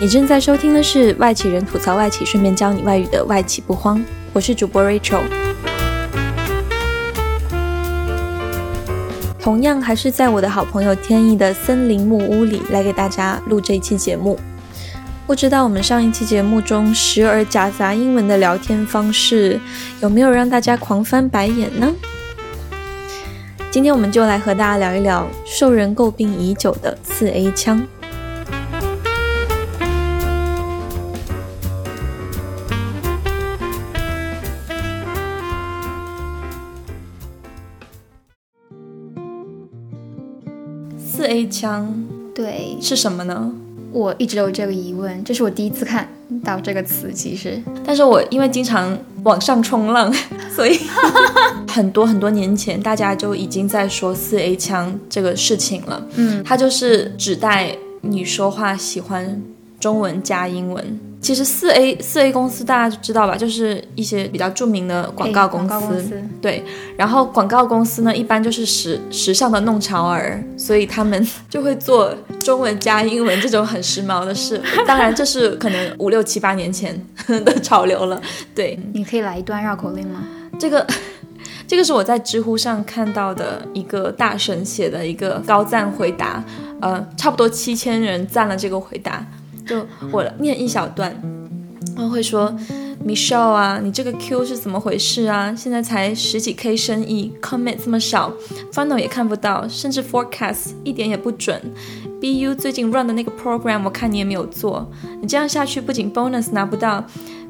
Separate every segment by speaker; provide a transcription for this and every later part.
Speaker 1: 你正在收听的是《外企人吐槽外企》，顺便教你外语的《外企不慌》，我是主播 Rachel。同样还是在我的好朋友天意的森林木屋里来给大家录这一期节目。不知道我们上一期节目中时而夹杂英文的聊天方式，有没有让大家狂翻白眼呢？今天我们就来和大家聊一聊受人诟病已久的四 A 枪。四 A 枪
Speaker 2: 对
Speaker 1: 是什么呢？
Speaker 2: 我一直有这个疑问，这是我第一次看到这个词，其实
Speaker 1: 但是我因为经常往上冲浪，所以 很多很多年前大家就已经在说四 A 枪这个事情了。
Speaker 2: 嗯，
Speaker 1: 它就是指代你说话喜欢中文加英文。其实四 A 四 A 公司大家知道吧，就是一些比较著名的广告公
Speaker 2: 哎广
Speaker 1: 司。
Speaker 2: 告公司
Speaker 1: 对，然后广告公司呢，一般就是时时尚的弄潮儿，所以他们 就会做中文加英文这种很时髦的事。当然，这是可能五六七八年前的潮流了。对，
Speaker 2: 你可以来一段绕口令吗？
Speaker 1: 这个这个是我在知乎上看到的一个大神写的一个高赞回答，呃，差不多七千人赞了这个回答。就我念一小段，他会说：“Michelle 啊，你这个 Q 是怎么回事啊？现在才十几 K 生意，comment 这么少，funnel 也看不到，甚至 forecast 一点也不准。BU 最近 run 的那个 program 我看你也没有做，你这样下去不仅 bonus 拿不到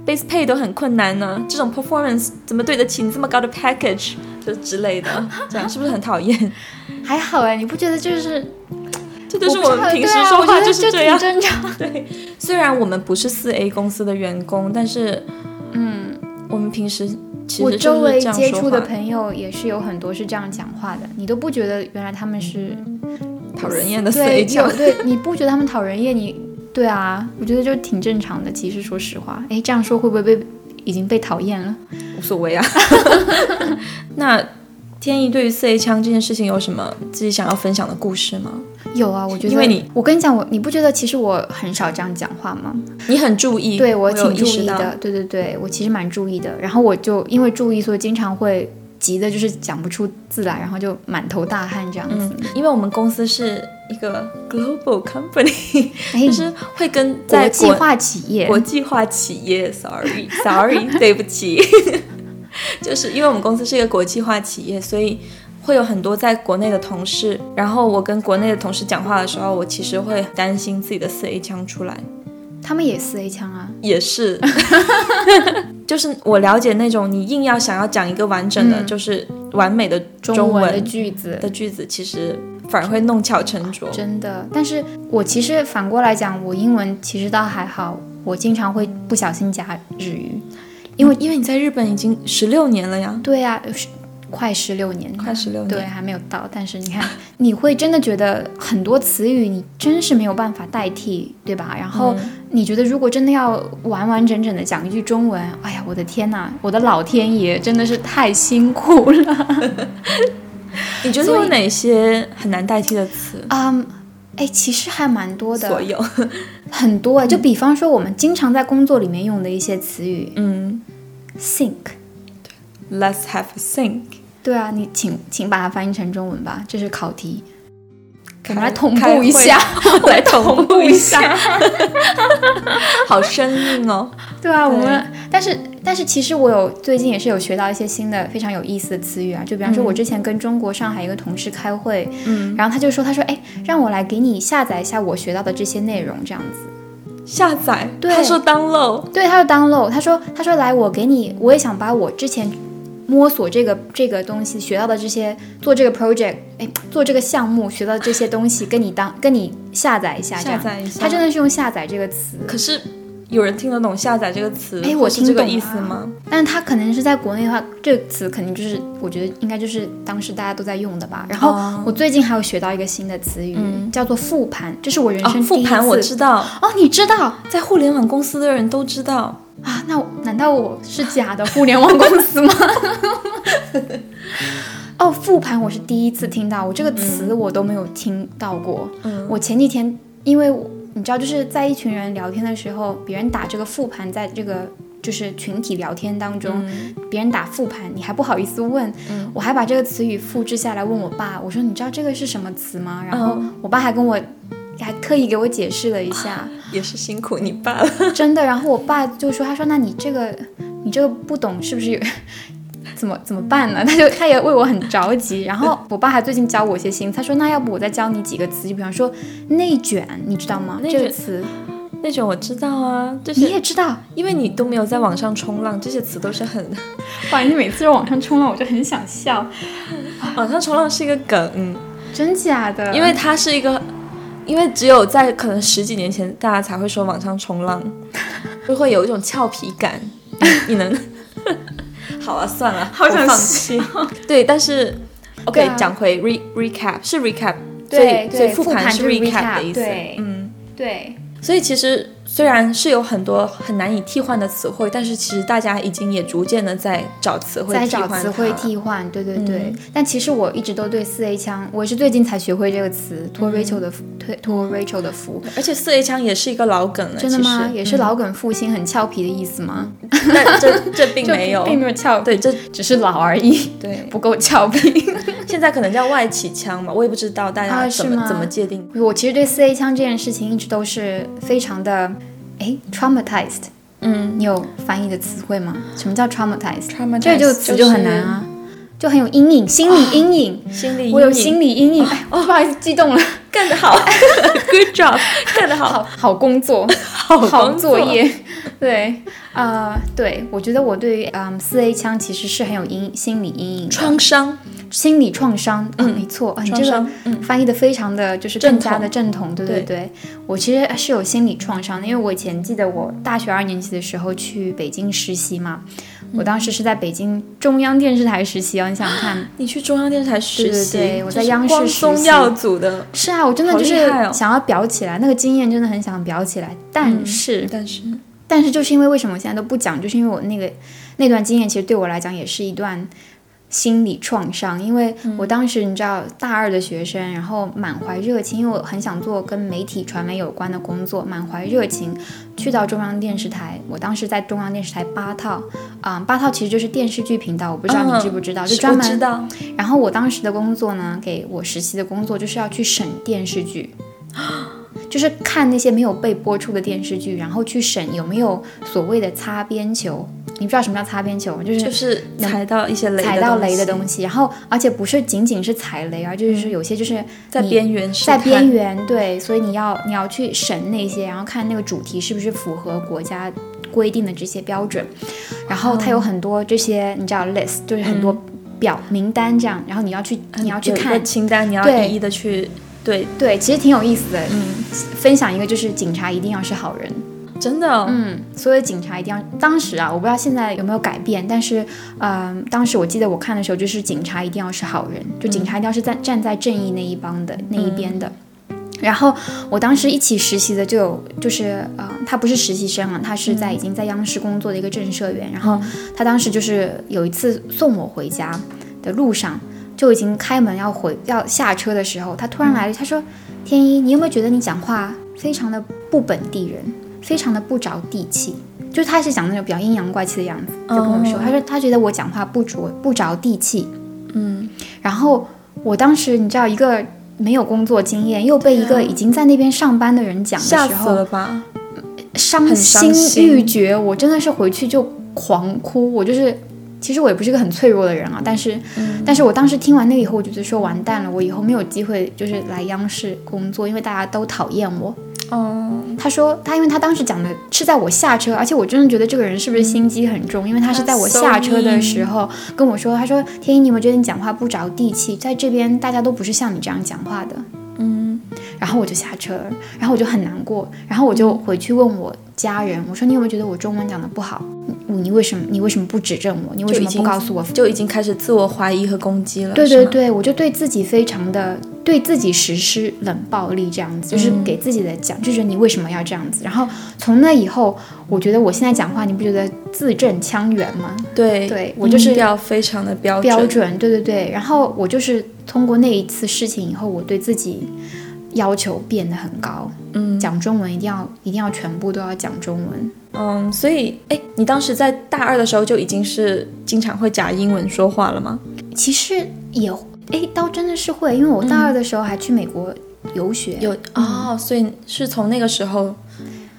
Speaker 1: ，base pay 都很困难呢。这种 performance 怎么对得起你这么高的 package 就之类的， 这样是不是很讨厌？
Speaker 2: 还好哎，你不觉得就是？
Speaker 1: 这就是
Speaker 2: 我
Speaker 1: 我
Speaker 2: 不知道
Speaker 1: 们平时
Speaker 2: 对啊
Speaker 1: 说
Speaker 2: 我觉
Speaker 1: 话
Speaker 2: 得
Speaker 1: 就是
Speaker 2: 就
Speaker 1: 这样。
Speaker 2: 挺正 常。
Speaker 1: 对，虽然我们不是四 A 公司的员工，但是
Speaker 2: 嗯，
Speaker 1: 我们平时其
Speaker 2: 我
Speaker 1: 实
Speaker 2: 周
Speaker 1: 就是
Speaker 2: 围
Speaker 1: 这样
Speaker 2: 接
Speaker 1: 说
Speaker 2: 触
Speaker 1: 话
Speaker 2: 的，朋友也是有很多是这样讲话的，你都不觉得原来他们是
Speaker 1: 讨人厌的四 A
Speaker 2: 对
Speaker 1: 强
Speaker 2: 有。对，你不觉得他们讨人厌？你对啊，我觉得就挺正常的。其实说实话，哎，这样说会不会被已经被讨厌了？
Speaker 1: 无所 谓啊。 那天意对于四 A 枪这件事情有什么自己想要分享的故事吗？
Speaker 2: 有啊，我觉得
Speaker 1: 因为你，
Speaker 2: 我跟你讲，我你不觉得其实我很少这样讲话吗？
Speaker 1: 你很注意，
Speaker 2: 对
Speaker 1: 我有
Speaker 2: 挺注
Speaker 1: 意识
Speaker 2: 意
Speaker 1: 到，
Speaker 2: 的，对对对，我其实蛮注意的。然后我就因为注意，所以经常会急的，就是讲不出字来，然后就满头大汗这样子
Speaker 1: 嗯。，因为我们公司是一个 global company，
Speaker 2: 哎、
Speaker 1: 就是会跟在
Speaker 2: 国
Speaker 1: 嗯国
Speaker 2: 际化企业，
Speaker 1: 国际化企业，sorry sorry，对 不起，就是因为我们公司是一个国际化企业，所以会有很多在国内的同事。然后我跟国内的同事讲话的时候，我其实会担心自己的四 A 腔出来，
Speaker 2: 他们也四 A 枪啊。
Speaker 1: 也是， 就是我了解那种你硬要想要讲一个完整的，
Speaker 2: 嗯
Speaker 1: 就是完美的中
Speaker 2: 中文的
Speaker 1: 文
Speaker 2: 句子，
Speaker 1: 的句子，其实反而会弄巧成拙。
Speaker 2: 真的，但是我其实反过来讲，我英文其实倒还好，我经常会不小心加日语。
Speaker 1: 因为因为你在日本已经十六年了呀，
Speaker 2: 对呀、是快十六年了，
Speaker 1: 快十六年。
Speaker 2: 对，还没有到。但是你看，你会真的觉得很多词语你真是没有办法代替，对吧？然后
Speaker 1: 嗯
Speaker 2: 你觉得如果真的要完完整整的讲一句中文，哎呀，我的天呐，我的老天爷，真的是太辛苦了。
Speaker 1: 你觉得有哪些很难代替的词？
Speaker 2: 嗯，哎，其实还蛮多的，
Speaker 1: 所有，
Speaker 2: 很多哎，就比方说我们经常在工作里面用的一些词语
Speaker 1: 嗯
Speaker 2: ，think。
Speaker 1: ，Let's have a think，
Speaker 2: 对啊，你请请把它翻译成中文吧，这是考题。我们来
Speaker 1: 开
Speaker 2: 同步一下， 我们来同步一 下。
Speaker 1: 好生硬哦。
Speaker 2: 对啊，我们但是但是其实我有最近也是有学到一些新的非常有意思的词语啊，就比方说我之前跟中国上海一个同事开会，
Speaker 1: 嗯，
Speaker 2: 然后他就说他说哎，让我来给你下载一下我学到的这些内容这样子。
Speaker 1: 下载，
Speaker 2: 对
Speaker 1: 他说 download，
Speaker 2: 对，他就 download，他说他说来，我给你，我也想把我之前摸索这个这个东西学到的这些，做这个 project，哎，做这个项目学到的这些东西，跟你当跟你下载一下，这
Speaker 1: 下
Speaker 2: 样。
Speaker 1: 载一下。
Speaker 2: 他真的是用下载这个词，
Speaker 1: 可是有人听得懂“下载”这个词，
Speaker 2: 哎
Speaker 1: 或
Speaker 2: 我
Speaker 1: 是
Speaker 2: 听
Speaker 1: 这个
Speaker 2: 懂
Speaker 1: 意
Speaker 2: 了
Speaker 1: 思吗？
Speaker 2: 但是他可能是在国内的话，这个词肯定就是我觉得应该就是当时大家都在用的吧。然后
Speaker 1: 哦
Speaker 2: 我最近还有学到一个新的词语，
Speaker 1: 嗯
Speaker 2: 叫做复盘，这是我人
Speaker 1: 啊，
Speaker 2: 生第
Speaker 1: 复
Speaker 2: 一次。
Speaker 1: 盘我知道，
Speaker 2: 哦，你知道
Speaker 1: 在互联网公司的人都知道。
Speaker 2: 啊？那我难道我是假的互联网公司吗？ 哦，复盘我是第一次听到，我这个词我都没有听到过。
Speaker 1: 嗯
Speaker 2: 我前几天因为我你知道，就是在一群人聊天的时候，别人打这个复盘，在这个就是群体聊天当
Speaker 1: 嗯
Speaker 2: 中，别人打复盘，你还不好意思问。我还把这个词语复制下来问我爸，我说你知道这个是什么词吗？
Speaker 1: 嗯
Speaker 2: 然后我爸还跟我。还特意给我解释了一 下，
Speaker 1: 也是辛苦你爸了。
Speaker 2: 真的。然后我爸就说：“他说，那你这个，你这个不懂是不是有？ 怎么怎么办呢？”他就他也为我很着急。然后我爸还最近教我一些新，他说：“那要不我再教你几个词，就比方说内卷，你知道吗？
Speaker 1: 内
Speaker 2: 这
Speaker 1: 卷
Speaker 2: 个词
Speaker 1: 那种我知道啊，就
Speaker 2: 你
Speaker 1: 是
Speaker 2: 也知道。
Speaker 1: 因为你都没有在网上冲浪，这些词都是很
Speaker 2: 哇，你每次说网上冲浪，我就很想笑，
Speaker 1: 网上冲浪是一个梗，嗯，
Speaker 2: 真假的？
Speaker 1: 因为它是一个，因为只有在可能十几年前，大家才会说网上冲浪， 就会有一种俏皮感。你你能？ 好了、算了，
Speaker 2: 好想
Speaker 1: 我放弃。对，但是 OK，、
Speaker 2: 对啊
Speaker 1: 讲回 re recap 是 recap，所
Speaker 2: 对
Speaker 1: 以所以
Speaker 2: 对，复
Speaker 1: 盘
Speaker 2: 就是
Speaker 1: recap 的意思，
Speaker 2: 对
Speaker 1: 嗯。
Speaker 2: 对。
Speaker 1: 所以其实虽然是有很多很难以替换的词汇，但是其实大家已经也逐渐的在找词汇
Speaker 2: 在
Speaker 1: 替
Speaker 2: 找
Speaker 1: 换
Speaker 2: 词汇
Speaker 1: 它了
Speaker 2: 替换，嗯对对对。但其实我一直都对四 A 枪，我是最近才学会这个词，托 Rachel 的福托托 Rachel 的福。嗯
Speaker 1: 而且四 A 枪也是一个老梗了，
Speaker 2: 真的
Speaker 1: 其
Speaker 2: 吗？
Speaker 1: 实嗯
Speaker 2: 也是老梗复兴，很俏皮的意思吗？
Speaker 1: 但这这并
Speaker 2: 就
Speaker 1: 没有，
Speaker 2: 并没有俏，
Speaker 1: 对，这
Speaker 2: 只是老而已，
Speaker 1: 对，
Speaker 2: 不够俏皮。
Speaker 1: 现在可能叫外企枪嘛，我也不知道大家
Speaker 2: 啊
Speaker 1: 怎
Speaker 2: 是
Speaker 1: 么、
Speaker 2: 吗
Speaker 1: 怎么界定。
Speaker 2: 我其实对四 A 枪这件事情一直都是非常的，哎，traumatized。
Speaker 1: 嗯，
Speaker 2: 你有翻译的词汇吗？什么叫 traumatized？
Speaker 1: Traumatized
Speaker 2: 这个词就很难啊，就很有阴影，心理阴影。
Speaker 1: 心理
Speaker 2: 我有
Speaker 1: 阴影
Speaker 2: 心理阴影，哎，我不好意思，激动了。
Speaker 1: 干得 好，Good job，干 得好，
Speaker 2: 好好工作，好
Speaker 1: 工作
Speaker 2: 作业。 对，呃，对，我觉得我对于嗯四 A 枪其实是很有阴心理阴影的，
Speaker 1: 创伤，
Speaker 2: 心理创伤。啊没错，啊，你这
Speaker 1: 创伤
Speaker 2: 个
Speaker 1: 嗯
Speaker 2: 翻译的非常的就是
Speaker 1: 正
Speaker 2: 更
Speaker 1: 统
Speaker 2: 加的正统，对对
Speaker 1: 对
Speaker 2: 对。我其实是有心理创伤的，因为我以前记得我大学二年级的时候去北京实习嘛，我当时是在北京中央电视台实习啊，你想想看。
Speaker 1: 你去中央电视台实习，
Speaker 2: 对对对我在
Speaker 1: 就是
Speaker 2: 央视
Speaker 1: 光
Speaker 2: 实
Speaker 1: 宗
Speaker 2: 习
Speaker 1: 耀祖的，
Speaker 2: 是啊，我真的
Speaker 1: 好
Speaker 2: 就是
Speaker 1: 厉害哦
Speaker 2: 想要裱起来，那个经验真的很想裱起来，
Speaker 1: 嗯
Speaker 2: 但是、
Speaker 1: 但是
Speaker 2: 但是就是因为为什么我现在都不讲，就是因为我那个那段经验，其实对我来讲也是一段心理创伤。因为
Speaker 1: 嗯
Speaker 2: 我当时你知道大二的学生，然后满怀热情，因为我很想做跟媒体传媒有关的工作，满怀热情去到中央电视台。我当时在中央电视台八套，啊、八套其实就是电视剧频道，我不知道你知不知道，
Speaker 1: 嗯
Speaker 2: 就专
Speaker 1: 我知
Speaker 2: 门。
Speaker 1: 道，
Speaker 2: 然后我当时的工作呢，给我实习的工作就是要去审电视剧， 就是看那些没有被播出的电视剧，然后去审有没有所谓的擦边球。你不知道什么叫擦边球吗，嗯就是
Speaker 1: 就是踩到一些雷，
Speaker 2: 踩到雷的东，西。然后，而且不是仅仅是踩雷啊，就是有些就是
Speaker 1: 在
Speaker 2: 你
Speaker 1: 边缘试
Speaker 2: 在
Speaker 1: 探，
Speaker 2: 边缘，对，所以你要你要去审那些，然后看那个主题是不是符合国家规定的这些标准，然后它有很多这些你知道 list，就是很多表、名单这样，然后你要去你要去
Speaker 1: 有一个
Speaker 2: 看，
Speaker 1: 清单，你要
Speaker 2: 对
Speaker 1: 一一的去对，
Speaker 2: 对，其实挺有意思的。嗯，分享一个就是警察一定要是好人，
Speaker 1: 真的哦、
Speaker 2: 嗯，所有警察一定要。当时啊，我不知道现在有没有改变，但是，嗯、当时我记得我看的时候，就是警察一定要是好人，就警察一定要是站站在正义那一帮的那一边的。然后我当时一起实习的就有，就是呃，他不是实习生啊，他是在、已经在央视工作的一个正社员。然后他当时就是有一次送我回家的路上，就已经开门要回要下车的时候，他突然来了，他说：“天一，你有没有觉得你讲话非常的不本地人？”非常的不着地气，就是他是讲那种比较阴阳怪气的样子，就跟我说，
Speaker 1: 哦
Speaker 2: 他说他觉得我讲话不着不着地气，嗯，然后我当时你知道一个没有工作经验，又被一个已经在那边上班的人讲
Speaker 1: 吓
Speaker 2: 的时
Speaker 1: 死
Speaker 2: 候，
Speaker 1: 了吧？
Speaker 2: 伤
Speaker 1: 很伤
Speaker 2: 心
Speaker 1: 心
Speaker 2: 欲绝，我真的是回去就狂哭，我就是。其实我也不是个很脆弱的人
Speaker 1: 嗯
Speaker 2: 啊，但是，但是我当时听完那个以后，我觉得说完蛋了，我以后没有机会就是来央视工作，因为大家都讨厌我。
Speaker 1: 哦，
Speaker 2: 他说他因为他当时讲的是在我下车，而且我真的觉得这个人是不是心机很重，因为他是在我下车的时候跟我说，他说天一，你有没有觉得你讲话不着地气？在这边大家都不是像你这样讲话的。
Speaker 1: 嗯
Speaker 2: 然后我就下车了，然后我就很难过，然后我
Speaker 1: 嗯
Speaker 2: 就回去问我家人，我说你有没有觉得我中文讲的不好？你你为什么你为什么不指正我？你为什
Speaker 1: 就已
Speaker 2: 么不
Speaker 1: 经
Speaker 2: 告诉我
Speaker 1: 就已经开始自我怀疑和攻击了。
Speaker 2: 对对
Speaker 1: 是吗，
Speaker 2: 对，我就对自己非常的对自己实施冷暴力，这样子就是给自己的讲，就觉得你为什么要这样子？然后从那以后，我觉得我现在讲话，你不觉得字正腔圆吗？
Speaker 1: 对
Speaker 2: 对我就是
Speaker 1: 音调非常的标准。
Speaker 2: 标准，对对对。然后我就是通过那一次事情以后，我对自己要求变得很高。嗯，讲中文一定要一定要全部都要讲中文。
Speaker 1: 嗯，所以哎，你当时在大二的时候就已经是经常会假英文说话了吗？
Speaker 2: 其实也哎，倒真的是会，因为我大二的时候还去美国游学。
Speaker 1: 有哦，所以是从那个时候，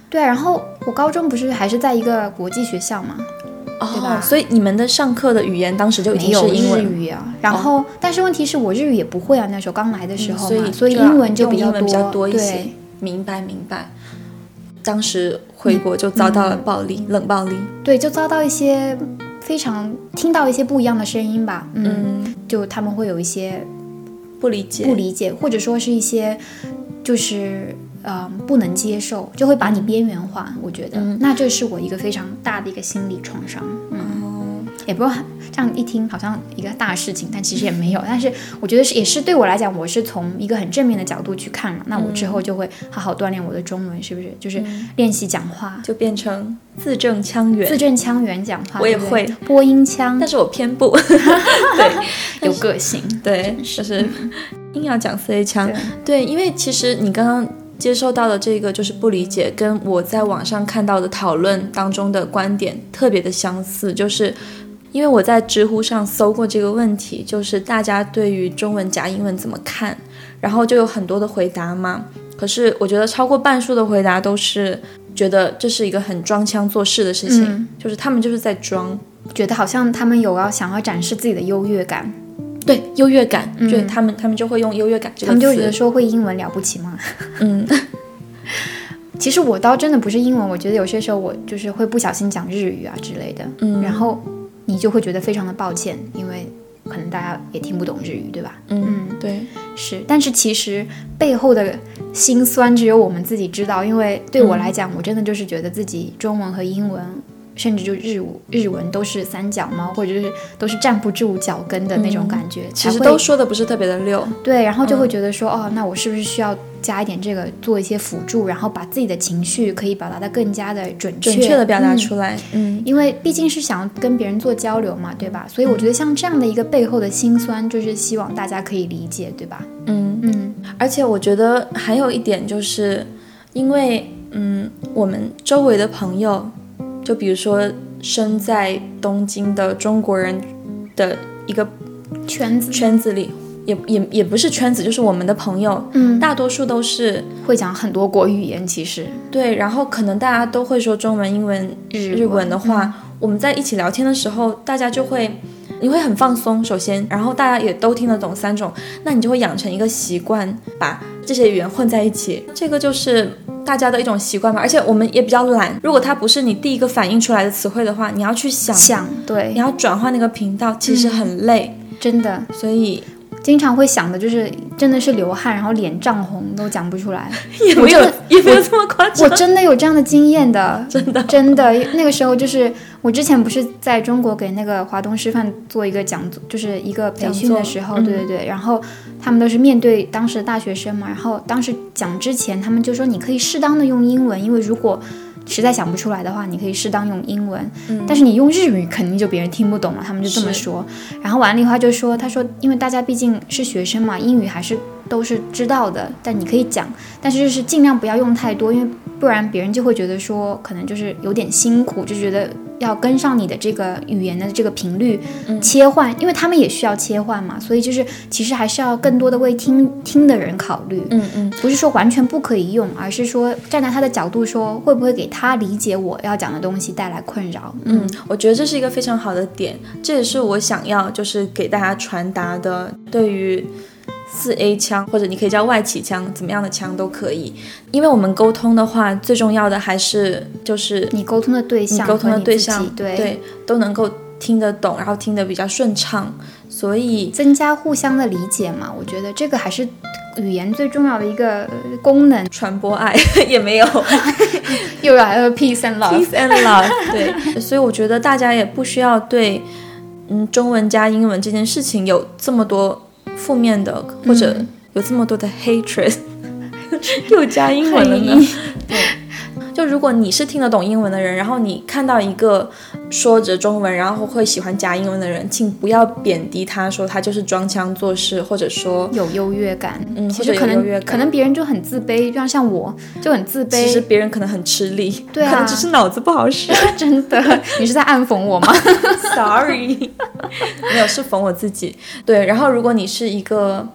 Speaker 2: 对啊，然后我高中不是还是在一个国际学校嘛，
Speaker 1: 哦
Speaker 2: 对吧
Speaker 1: 所以你们的上课的语言当时就已
Speaker 2: 没
Speaker 1: 经
Speaker 2: 有
Speaker 1: 是英
Speaker 2: 日
Speaker 1: 文，哦
Speaker 2: 语啊。然后，但是问题是我日语也不会啊，那时候刚来的时候
Speaker 1: 所
Speaker 2: 嘛，
Speaker 1: 以
Speaker 2: 所以
Speaker 1: 对啊
Speaker 2: 英文就
Speaker 1: 用
Speaker 2: 比
Speaker 1: 英
Speaker 2: 较
Speaker 1: 文比较多一些
Speaker 2: 对。
Speaker 1: 明白明白。当时回国就遭到了
Speaker 2: 嗯
Speaker 1: 暴力，冷暴力。
Speaker 2: 对，就遭到一些非常听到一些不一样的声音吧，嗯，
Speaker 1: 嗯，
Speaker 2: 就他们会有一些
Speaker 1: 不理解，
Speaker 2: 不理解，或者说是一些就是呃不能接受，就会把
Speaker 1: 嗯
Speaker 2: 你边缘化。我觉得，那这是我一个非常大的一个心理创伤。嗯，也不知道这样一听好像一个大事情，但其实也没有。但是我觉得是也是对我来讲，我是从一个很正面的角度去看了。那我之后就会好好锻炼我的中文，是不是？就是
Speaker 1: 嗯
Speaker 2: 练习讲话，
Speaker 1: 就变成字正腔圆
Speaker 2: 字。正腔圆讲话。
Speaker 1: 我也
Speaker 2: 对不对
Speaker 1: 会
Speaker 2: 播音腔
Speaker 1: 但，是我偏不，
Speaker 2: 有个性。
Speaker 1: 对， 就是硬要讲四 A 腔
Speaker 2: 对。
Speaker 1: 对，因为其实你刚刚接受到的这个就是不理解，跟我在网上看到的讨论当中的观点特别的相似，就是。因为我在知乎上搜过这个问题，就是大家对于中文夹英文怎么看，然后就有很多的回答嘛。可是我觉得超过半数的回答都是觉得这是一个很装腔作势的事情，
Speaker 2: 嗯
Speaker 1: 就是他们就是在装，
Speaker 2: 觉得好像他们有要想要展示自己的优越感，
Speaker 1: 对优越感，对他们他们就会用优越感这
Speaker 2: 嗯他
Speaker 1: 个
Speaker 2: 们
Speaker 1: 词，
Speaker 2: 就会觉得说会英文了不起吗？
Speaker 1: 嗯，
Speaker 2: 其实我倒真的不是英文，我觉得有些时候我就是会不小心讲日语啊之类的，嗯，然后你就会觉得非常的抱歉，因为可能大家也听不懂日语，对吧？
Speaker 1: 嗯，对，
Speaker 2: 是，但是其实背后的辛酸只有我们自己知道，因为对我
Speaker 1: 嗯
Speaker 2: 来讲，我真的就是觉得自己中文和英文。甚至就日文日文都是三脚猫，或者是都是站不住脚跟的那种感觉，
Speaker 1: 嗯其实
Speaker 2: 才会
Speaker 1: 都说的不是嗯特别的溜，
Speaker 2: 对，然后就会觉得说，哦，那我是不是需要加一点这个，做一些辅助，然后把自己的情绪可以表达的更加的准确，
Speaker 1: 准确的表达
Speaker 2: 嗯
Speaker 1: 出来，嗯
Speaker 2: 因为毕竟是想跟别人做交流嘛，对吧？所以我
Speaker 1: 嗯
Speaker 2: 觉得像这样的一个背后的辛酸，就是希望大家可以理解，对吧？
Speaker 1: 嗯，
Speaker 2: 嗯，
Speaker 1: 而且我觉得还有一点就是，因为嗯，我们周围的朋友，就比如说身在东京的中国人的一个
Speaker 2: 圈子
Speaker 1: 圈子里，也也也不是圈子，就是我们的朋友，
Speaker 2: 嗯
Speaker 1: 大多数都是
Speaker 2: 会讲很多国语言，其实
Speaker 1: 对，然后可能大家都会说中文、英文、
Speaker 2: 日
Speaker 1: 日文的话，我们在一起聊天的时候，大家就会，你会很放松，首先，然后大家也都听得懂三种，那你就会养成一个习惯，把这些语言混在一起，这个就是大家的一种习惯吧。而且我们也比较懒，如果它不是你第一个反应出来的词汇的话，你要去想，
Speaker 2: 想对
Speaker 1: 你，要转换那个频道，其实很累，
Speaker 2: 真的
Speaker 1: 所以
Speaker 2: 经常会想的就是真的是流汗，然后脸涨红都讲不出 来，
Speaker 1: 也
Speaker 2: 我
Speaker 1: 没有
Speaker 2: 真的
Speaker 1: 也没有这么夸
Speaker 2: 我
Speaker 1: 张，
Speaker 2: 真的有这样的经验的，
Speaker 1: 真的。
Speaker 2: 真的，那个时候就是我之前不是在中国给那个华东师范做一个讲座，就是一个培训的时候，
Speaker 1: 讲座嗯
Speaker 2: 对对对，然后他们都是面对当时的大学生嘛，然后当时讲之前，他们就说你可以适当的用英文，因为如果实在想不出来的话，你可以适当用英文，但是你用日语肯定就别人听不懂了，他们就这么
Speaker 1: 是
Speaker 2: 说。然后完了以后他就说，他说因为大家毕竟是学生嘛，英语还是都是知道的，但你可以讲，但是就是尽量不要用太多，因为不然别人就会觉得说可能就是有点辛苦，就觉得要跟上你的这个语言的这个频率、切换，因为他们也需要切换嘛，所以就是其实还是要更多的为听听的人考虑。
Speaker 1: 嗯嗯，
Speaker 2: 不是说完全不可以用，而是说站在他的角度说，会不会给他理解我要讲的东西带来困扰？
Speaker 1: 嗯，我觉得这是一个非常好的点，这也是我想要就是给大家传达的，对于四 A 腔或者你可以叫外企腔，怎么样的腔都可以，因为我们沟通的话，最重要的还是就是
Speaker 2: 你沟通的对
Speaker 1: 你
Speaker 2: 象
Speaker 1: 沟通
Speaker 2: 和
Speaker 1: 的
Speaker 2: 你
Speaker 1: 对
Speaker 2: 自己
Speaker 1: 象，
Speaker 2: 对
Speaker 1: 都能够听得懂，然后听得比较顺畅，所以
Speaker 2: 增加互相的理解嘛，我觉得这个还是语言最重要的一个呃功能。
Speaker 1: 传播爱 也没有。
Speaker 2: 又来了 peace and love，
Speaker 1: peace and love。对，所以我觉得大家也不需要对嗯中文加英文这件事情有这么多负面的，或者 有这么多的 hatred。又加英文了呢
Speaker 2: 嘿。
Speaker 1: 对，就如果你是听得懂英文的人，然后你看到一个说着中文，然后会喜欢夹英文的人，请不要贬低他，说他就是装腔作势，或者说
Speaker 2: 有优越感，
Speaker 1: 嗯，
Speaker 2: 其
Speaker 1: 或
Speaker 2: 实
Speaker 1: 者
Speaker 2: 可
Speaker 1: 有优越
Speaker 2: 能
Speaker 1: 感
Speaker 2: 可能别人就很自卑，就像像我就很自
Speaker 1: 其实
Speaker 2: 卑，
Speaker 1: 别人可能很吃力，
Speaker 2: 对啊
Speaker 1: 可能只是脑子不好使
Speaker 2: 真的，你是在暗讽我吗？
Speaker 1: ，sorry，没有是缝我自己。对，然后如果你是一个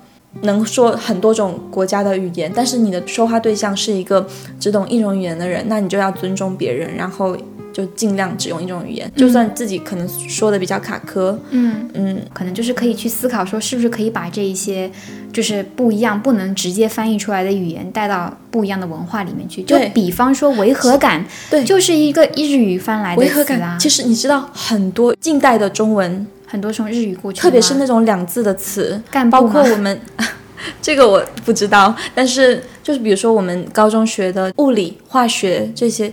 Speaker 1: 能说很多种国家的语言，但是你的说话对象是一个只懂一种语言的人，那你就要尊重别人，然后就尽量只用一种语言，就算自己可能说的比较卡壳，
Speaker 2: 嗯，
Speaker 1: 嗯，
Speaker 2: 可能就是可以去思考说，是不是可以把这一些就是不一样、不能直接翻译出来的语言带到不一样的文化里面去。就
Speaker 1: 对
Speaker 2: 比方说违和感，
Speaker 1: 对
Speaker 2: 就是一个日语翻来的
Speaker 1: 违和
Speaker 2: 词啊
Speaker 1: 感。，嗯其实你知道很多近代的中文
Speaker 2: 很多从日语过去的嘛，啊
Speaker 1: 特别是那种两字的词，
Speaker 2: 干 部啊
Speaker 1: 包
Speaker 2: 吗
Speaker 1: 括我们，这个我不知道，但是就是比如说我们高中学的物理、化学这些，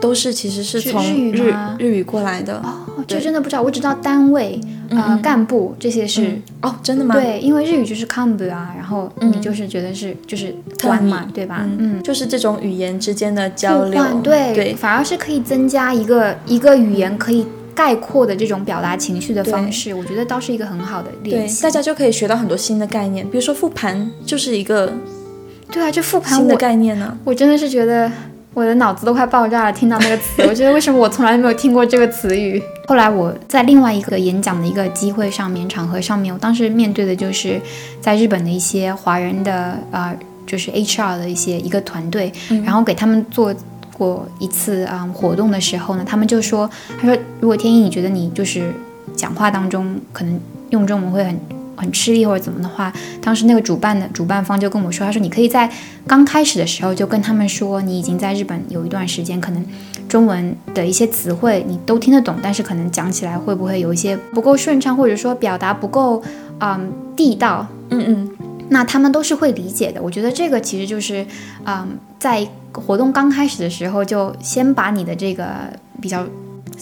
Speaker 1: 都是其实是
Speaker 2: 是
Speaker 1: 从
Speaker 2: 日语
Speaker 1: 日
Speaker 2: 吗
Speaker 1: 日语过来的。
Speaker 2: 哦，这真的不知道，我只知道单位、呃干部这些是。
Speaker 1: 嗯哦，真的吗？，
Speaker 2: 对，因为日语就是 combo 啊，然后你就是觉得是、就是官嘛，对吧？嗯，
Speaker 1: 就是这种语言之间的
Speaker 2: 互
Speaker 1: 交流
Speaker 2: 换，对
Speaker 1: 对
Speaker 2: 反而是可以增加一个一个语言可以概括的这种表达情绪的方
Speaker 1: 对
Speaker 2: 式，我觉得倒是一个很好的练
Speaker 1: 对，
Speaker 2: 习。
Speaker 1: 大家就可以学到很多新的概念，比如说复盘就是一个
Speaker 2: 对啊，这复盘
Speaker 1: 新的
Speaker 2: 我
Speaker 1: 概念呢、
Speaker 2: 我真的是觉得我的脑子都快爆炸了，听到那个词，我觉得为什么我从来没有听过这个词语？后来我在另外一个演讲的一个机会上面、场合上面，我当时面对的就是在日本的一些华人的呃，就是 HR 的一些一个团队，然后给他们做。过一次啊、嗯活动的时候呢，他们就说，他说如果天意你觉得你就是讲话当中可能用中文会很很吃力或者怎么的话，当时那个主办的主办方就跟我说，他说你可以在刚开始的时候就跟他们说，你已经在日本有一段时间，可能中文的一些词汇你都听得懂，但是可能讲起来会不会有一些不够顺畅，或者说表达不够嗯地道，
Speaker 1: 嗯嗯，
Speaker 2: 那他们都是会理解的。我觉得这个其实就是嗯在活动刚开始的时候，就先把你的这个比较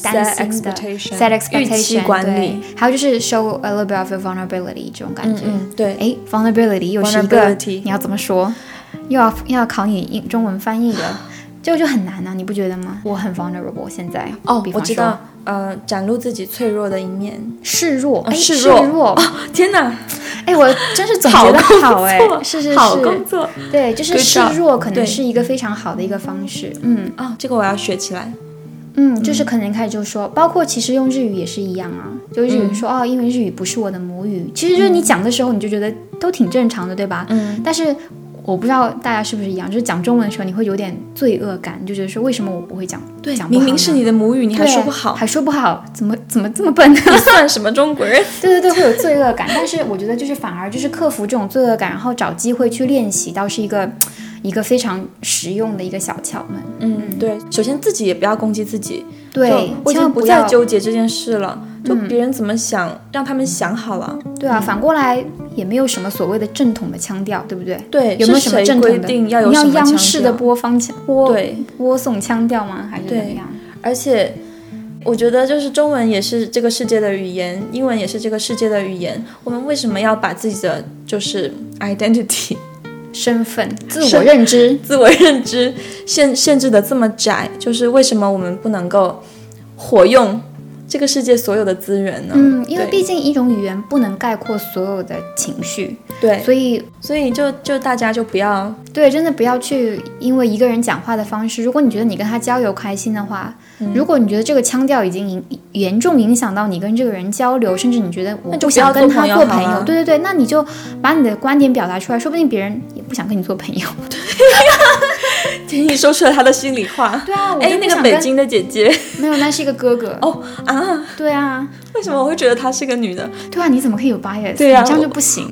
Speaker 2: 担
Speaker 1: Set
Speaker 2: 心的
Speaker 1: expectation，
Speaker 2: set
Speaker 1: 预期
Speaker 2: expectation
Speaker 1: 管理
Speaker 2: 对，还有就是 show a little bit of your vulnerability 这种感
Speaker 1: 嗯
Speaker 2: 觉。
Speaker 1: 嗯，对，
Speaker 2: 哎，vulnerability 又是一个
Speaker 1: Vulnerability
Speaker 2: 你要怎么说？又要又要考你英中文翻译 了，这个就很难啊，你不觉得吗？我很 vulnerable 现在
Speaker 1: 哦
Speaker 2: 比，
Speaker 1: 我
Speaker 2: 方
Speaker 1: 知
Speaker 2: 说
Speaker 1: 道，呃，展露自己脆弱的一面，
Speaker 2: 示弱，哎，
Speaker 1: 哦示
Speaker 2: 示
Speaker 1: 弱
Speaker 2: 弱，
Speaker 1: 天哪，
Speaker 2: 哎，我真是总
Speaker 1: 好
Speaker 2: 觉得
Speaker 1: 工
Speaker 2: 好哎
Speaker 1: 作，
Speaker 2: 是是是，
Speaker 1: 好工作
Speaker 2: 对，就是
Speaker 1: Good
Speaker 2: 示
Speaker 1: job，
Speaker 2: 弱可能
Speaker 1: 对
Speaker 2: 是一个非常好的一个方式，嗯
Speaker 1: 啊、这个我要学起来。
Speaker 2: 嗯，就是可能开始就说，包括其实用日语也是一样啊，就日
Speaker 1: 嗯
Speaker 2: 语说、哦，因为日语不是我的母语，其实就是你讲的时候你就觉得都挺正常的，对吧？
Speaker 1: 嗯，
Speaker 2: 但是我不知道大家是不是一样，就是讲中文的时候，你会有点罪恶感，你就觉得说为什么我不会讲？
Speaker 1: 对
Speaker 2: 讲，不好
Speaker 1: 明
Speaker 2: 呢
Speaker 1: 明是你的母语，你还
Speaker 2: 对
Speaker 1: 说不好，
Speaker 2: 还说不好，怎么怎么这么笨？
Speaker 1: 你算什么中国人？
Speaker 2: 对对对，会有罪恶感。但是我觉得就是反而就是克服这种罪恶感，然后找机会去练习，倒是一个一个非常实用的一个小窍门。
Speaker 1: 嗯，对，首先自己也不要攻击自己，
Speaker 2: 对
Speaker 1: 就，我已
Speaker 2: 千
Speaker 1: 经
Speaker 2: 万
Speaker 1: 不
Speaker 2: 不
Speaker 1: 再
Speaker 2: 要嗯
Speaker 1: 纠结这件事了，就别人怎么想，让他们想好了。
Speaker 2: 对啊，反过来也没有什么所谓的正统的腔调，对不对？
Speaker 1: 对，
Speaker 2: 有没有
Speaker 1: 是
Speaker 2: 什么
Speaker 1: 谁
Speaker 2: 正
Speaker 1: 规
Speaker 2: 统的？
Speaker 1: 定要有
Speaker 2: 你
Speaker 1: 什
Speaker 2: 要
Speaker 1: 么腔
Speaker 2: 央视的
Speaker 1: 调
Speaker 2: 播放腔播
Speaker 1: 对，
Speaker 2: 播送腔调吗？还是怎么
Speaker 1: 对
Speaker 2: 样？
Speaker 1: 而且我觉得就是中文也是这个世界的语言，英文也是这个世界的语言，我们为什么要把自己的就是 identity
Speaker 2: 身份、自我
Speaker 1: 身
Speaker 2: 认知，
Speaker 1: 自我认知限限制的这么窄，就是为什么我们不能够活用这个世界所有的资源呢？
Speaker 2: 嗯，因为
Speaker 1: 对
Speaker 2: 毕竟一种语言不能概括所有的情绪，
Speaker 1: 对，
Speaker 2: 所以
Speaker 1: 所以就就大家就不要
Speaker 2: 对，真的不要去因为一个人讲话的方式，如果你觉得你跟他交流开心的话，
Speaker 1: 嗯
Speaker 2: 如果你觉得这个腔调已经影严重影响到你跟这个人交流，甚至你觉得我
Speaker 1: 那就
Speaker 2: 不
Speaker 1: 不要
Speaker 2: 想跟
Speaker 1: 做
Speaker 2: 他
Speaker 1: 朋友
Speaker 2: 做
Speaker 1: 好
Speaker 2: 朋友，
Speaker 1: 了
Speaker 2: 对对对，那你就把你的观点表达出来，说不定别人也不想跟你做朋友。
Speaker 1: 天意说出了他的心里 话。
Speaker 2: 对啊，我
Speaker 1: 哎
Speaker 2: 就，不
Speaker 1: 那
Speaker 2: 想
Speaker 1: 个
Speaker 2: 跟
Speaker 1: 北京的姐姐
Speaker 2: 没有，那是一个哥哥。
Speaker 1: 哦啊，
Speaker 2: 对啊，
Speaker 1: 为什么我会觉得她是个女的？
Speaker 2: 对啊，你怎么可以有 bias？
Speaker 1: 对啊
Speaker 2: 你这样
Speaker 1: 我
Speaker 2: 就不 行。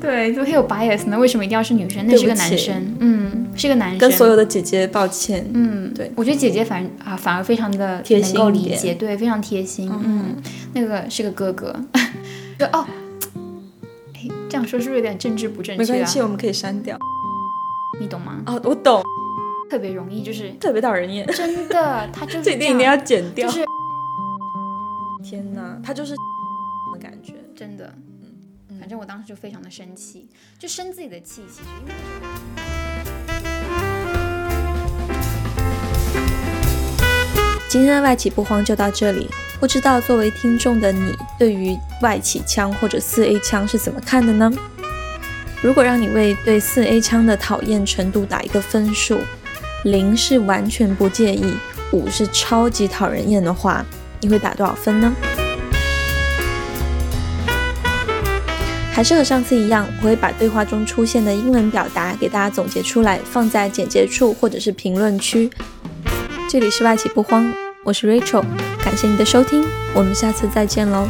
Speaker 2: 对，怎么可以有 bias 呢？为什么一定要是女生？那
Speaker 1: 对
Speaker 2: 是个
Speaker 1: 不
Speaker 2: 男
Speaker 1: 起
Speaker 2: 生，嗯，是个男生。
Speaker 1: 跟所有的姐姐抱歉。
Speaker 2: 嗯，
Speaker 1: 对，
Speaker 2: 我觉得姐姐反啊反而非常的
Speaker 1: 贴心
Speaker 2: 能够
Speaker 1: 一
Speaker 2: 理
Speaker 1: 点
Speaker 2: 解，对，非常贴心。嗯，那个是个哥哥， 就哦，哎，这样说是不是有点政治不正
Speaker 1: 没
Speaker 2: 确
Speaker 1: 关
Speaker 2: 啊
Speaker 1: 系，？我们可以删掉。
Speaker 2: 你懂吗？
Speaker 1: 哦，我懂，
Speaker 2: 特别容易，就是
Speaker 1: 特别讨人厌，
Speaker 2: 真的，他就是
Speaker 1: 这一定一定
Speaker 2: 样
Speaker 1: 要剪掉。
Speaker 2: 啊就是
Speaker 1: 天哪，她就是 的感觉。
Speaker 2: 真的。
Speaker 1: 嗯
Speaker 2: 反正我当时就非常的生气，就生自己的气，其实因为。
Speaker 1: 今天的外企不慌就到这里。不知道作为听众的你，对于外企腔或者四 A 腔是怎么看的呢？如果让你为对四 A 腔的讨厌程度打一个分数，零是完全不介意，五是超级讨人厌的话，你会打多少分呢？还是和上次一样，我会把对话中出现的英文表达给大家总结出来，放在简介处或者是评论区。这里是外企不慌，我是 Rachel，感谢你的收听，我们下次再见喽。